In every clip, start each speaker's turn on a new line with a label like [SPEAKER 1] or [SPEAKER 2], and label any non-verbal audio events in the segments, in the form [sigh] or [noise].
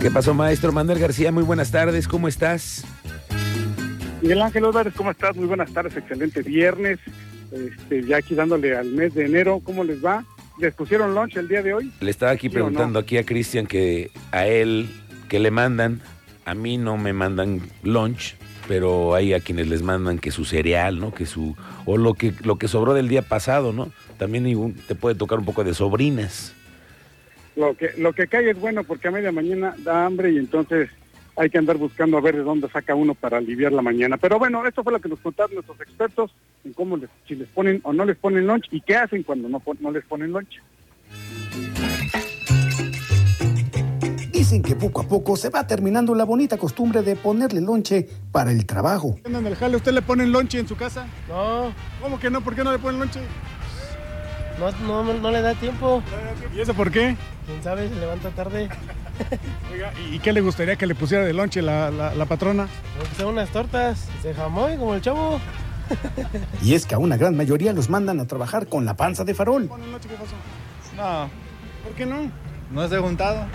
[SPEAKER 1] ¿Qué pasó, maestro? Manuel García, muy buenas tardes, ¿cómo estás?
[SPEAKER 2] Miguel Ángel Álvarez, ¿cómo estás? Muy buenas tardes, excelente viernes. Este, ya aquí dándole al mes de enero, ¿cómo les va? ¿Les pusieron lunch el día de hoy?
[SPEAKER 1] Le estaba aquí
[SPEAKER 2] ¿Sí o
[SPEAKER 1] preguntando aquí a Cristian que a él, que le mandan, a mí no me mandan lunch, pero hay a quienes les mandan que su cereal, ¿no? Que su, o lo que, lo que sobró del día pasado, ¿no? También hay un- te puede tocar un poco de sobrinas.
[SPEAKER 2] Lo que, lo que cae es bueno porque a media mañana da hambre y entonces hay que andar buscando a ver de dónde saca uno para aliviar la mañana. Pero bueno, esto fue lo que nos contaron nuestros expertos en cómo les, si les ponen o no les ponen lunch y qué hacen cuando no, pon- no les ponen lunch.
[SPEAKER 3] Dicen que poco a poco se va terminando la bonita costumbre de ponerle lonche para el trabajo.
[SPEAKER 4] En el jale, ¿usted le ponen lonche en su casa? No. ¿Cómo que no? ¿Por qué no le ponen lonche?
[SPEAKER 5] No, no, no le da tiempo.
[SPEAKER 4] ¿Y eso por qué?
[SPEAKER 5] Quién sabe, se levanta tarde.
[SPEAKER 4] Oiga, ¿y y qué le gustaría que le pusiera de lonche la, la- la patrona?
[SPEAKER 5] Aunque sean unas tortas de jamón, como el chavo.
[SPEAKER 3] Y es que a una gran mayoría los mandan a trabajar con la panza de farol.
[SPEAKER 4] ¿Ponen lonche, jefazo?
[SPEAKER 6] No,
[SPEAKER 4] ¿Por qué no?
[SPEAKER 6] no se ha juntado.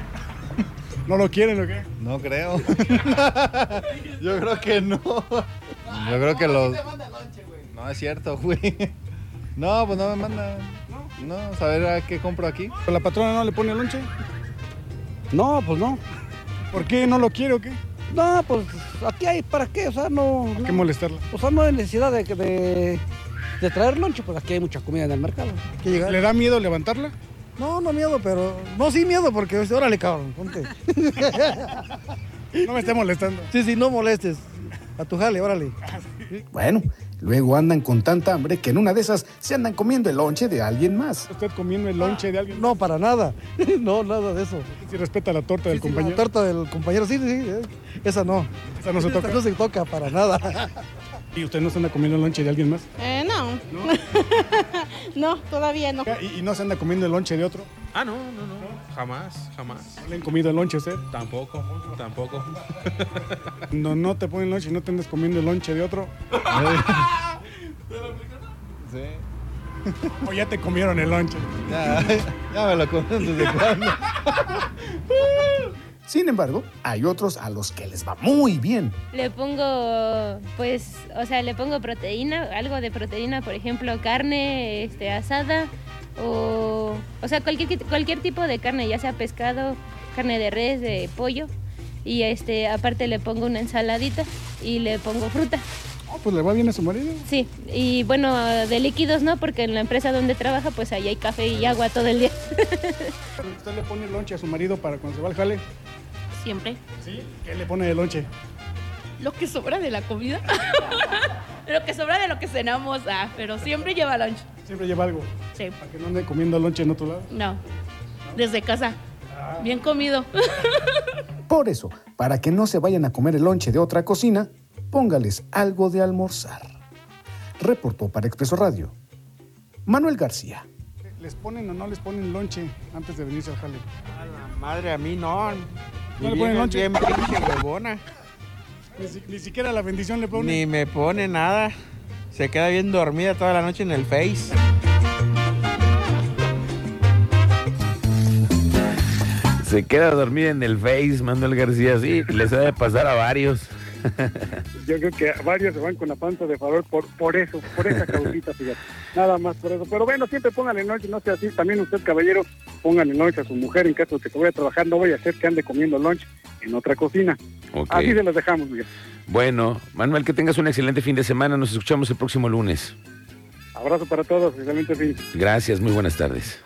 [SPEAKER 4] [laughs] ¿No lo quieren o qué?
[SPEAKER 6] No creo. [laughs] Yo creo que no. Yo creo que los. No es cierto, güey. No, pues no me manda. No, a ver a qué compro aquí.
[SPEAKER 4] ¿Pero ¿La patrona no le pone lonche?
[SPEAKER 7] No, pues no.
[SPEAKER 4] ¿Por qué no lo quiere o qué?
[SPEAKER 7] No, pues aquí hay para qué, o sea, no.
[SPEAKER 4] ¿Por qué
[SPEAKER 7] no.
[SPEAKER 4] molestarla?
[SPEAKER 7] O sea, no hay necesidad de, de, de traer lonche, pues aquí hay mucha comida en el mercado.
[SPEAKER 8] que llegar.
[SPEAKER 4] ¿Le da miedo levantarla?
[SPEAKER 8] No, no miedo, pero. No, sí miedo, porque dice, órale, cabrón, ponte.
[SPEAKER 4] [laughs] No me esté molestando.
[SPEAKER 8] Sí, sí, no molestes. A tu jale, órale.
[SPEAKER 3] Bueno, luego andan con tanta hambre que en una de esas se andan comiendo el lonche de alguien más.
[SPEAKER 4] ¿Usted comiendo el lonche de alguien?
[SPEAKER 8] No, para nada. [laughs] No, nada de eso.
[SPEAKER 4] Si respeta la torta del
[SPEAKER 8] Sí, sí,
[SPEAKER 4] compañero.
[SPEAKER 8] La torta del compañero, sí, sí, sí, eh, Esa no.
[SPEAKER 4] Esa no se toca.
[SPEAKER 8] No se toca para
[SPEAKER 4] [laughs]
[SPEAKER 8] nada.
[SPEAKER 4] ¿Y usted no se anda comiendo el lonche de alguien más?
[SPEAKER 9] Eh, no. [laughs] no, todavía no.
[SPEAKER 4] ¿Y, y no se anda comiendo el lonche de otro?
[SPEAKER 10] Ah, no, no, no. Jamás, jamás.
[SPEAKER 4] ¿No le han comido el lonche a usted?
[SPEAKER 10] Tampoco, tampoco.
[SPEAKER 4] No, no te ponen lonche y no te andas comiendo el lonche
[SPEAKER 8] [laughs]
[SPEAKER 4] de otro.
[SPEAKER 6] Sí.
[SPEAKER 4] O ya te comieron el lonche.
[SPEAKER 6] Ya, [laughs] ya me lo comen desde cuando.
[SPEAKER 3] Sin embargo, hay otros a los que les va muy bien.
[SPEAKER 11] Le pongo, pues, o sea, le pongo proteína, algo de proteína, por ejemplo, carne este, asada o, o sea, cualquier, cualquier tipo de carne, ya sea pescado, carne de res, de pollo. Y este, aparte le pongo una ensaladita y le pongo fruta.
[SPEAKER 4] Ah, pues le va bien a su marido.
[SPEAKER 11] Sí, y bueno, de líquidos no, porque en la empresa donde trabaja, pues ahí hay café y agua todo el día.
[SPEAKER 4] ¿Usted le pone el lonche a su marido para cuando se va al jale?
[SPEAKER 9] Siempre.
[SPEAKER 4] Sí. ¿Qué le pone de lonche?
[SPEAKER 9] Lo que sobra de la comida. [laughs] lo que sobra de lo que cenamos. Ah, pero siempre lleva lunch.
[SPEAKER 4] Siempre lleva algo.
[SPEAKER 9] Sí.
[SPEAKER 4] Para que no ande comiendo lonche en otro lado. Ah.
[SPEAKER 9] No. Desde casa. Bien comido.
[SPEAKER 3] Por eso, para que no se vayan a comer el lonche de otra cocina, póngales algo de almorzar. Reportó para Expreso Radio. Manuel García.
[SPEAKER 4] ¿Les ponen o no les ponen lonche antes de venirse al jale?
[SPEAKER 5] Madre, a mí no.
[SPEAKER 4] Mi le ponen vieja es lonche? bien
[SPEAKER 5] pinche huevona.
[SPEAKER 4] Ni, si- ni siquiera la bendición le ponen.
[SPEAKER 5] me pone nada. Se queda bien dormida toda la noche en el Face.
[SPEAKER 1] Se queda dormida en el Face, Manuel García, sí, les ha de pasar a varios.
[SPEAKER 2] Yo creo que varios se van con la panza de favor por, por eso, por esa causita, fíjate. Nada más por eso. Pero bueno, siempre póngale lunch, no sea así. También usted, caballero, póngale lunch a su mujer en caso de que se vaya a trabajar. No vaya a hacer que ande comiendo lunch en otra cocina.
[SPEAKER 1] Ok.
[SPEAKER 2] Así se las dejamos, Miguel.
[SPEAKER 1] Bueno, Manuel, que tengas un excelente fin de semana. Nos escuchamos el próximo lunes.
[SPEAKER 2] Abrazo para todos, excelente fin.
[SPEAKER 1] Gracias, muy buenas tardes.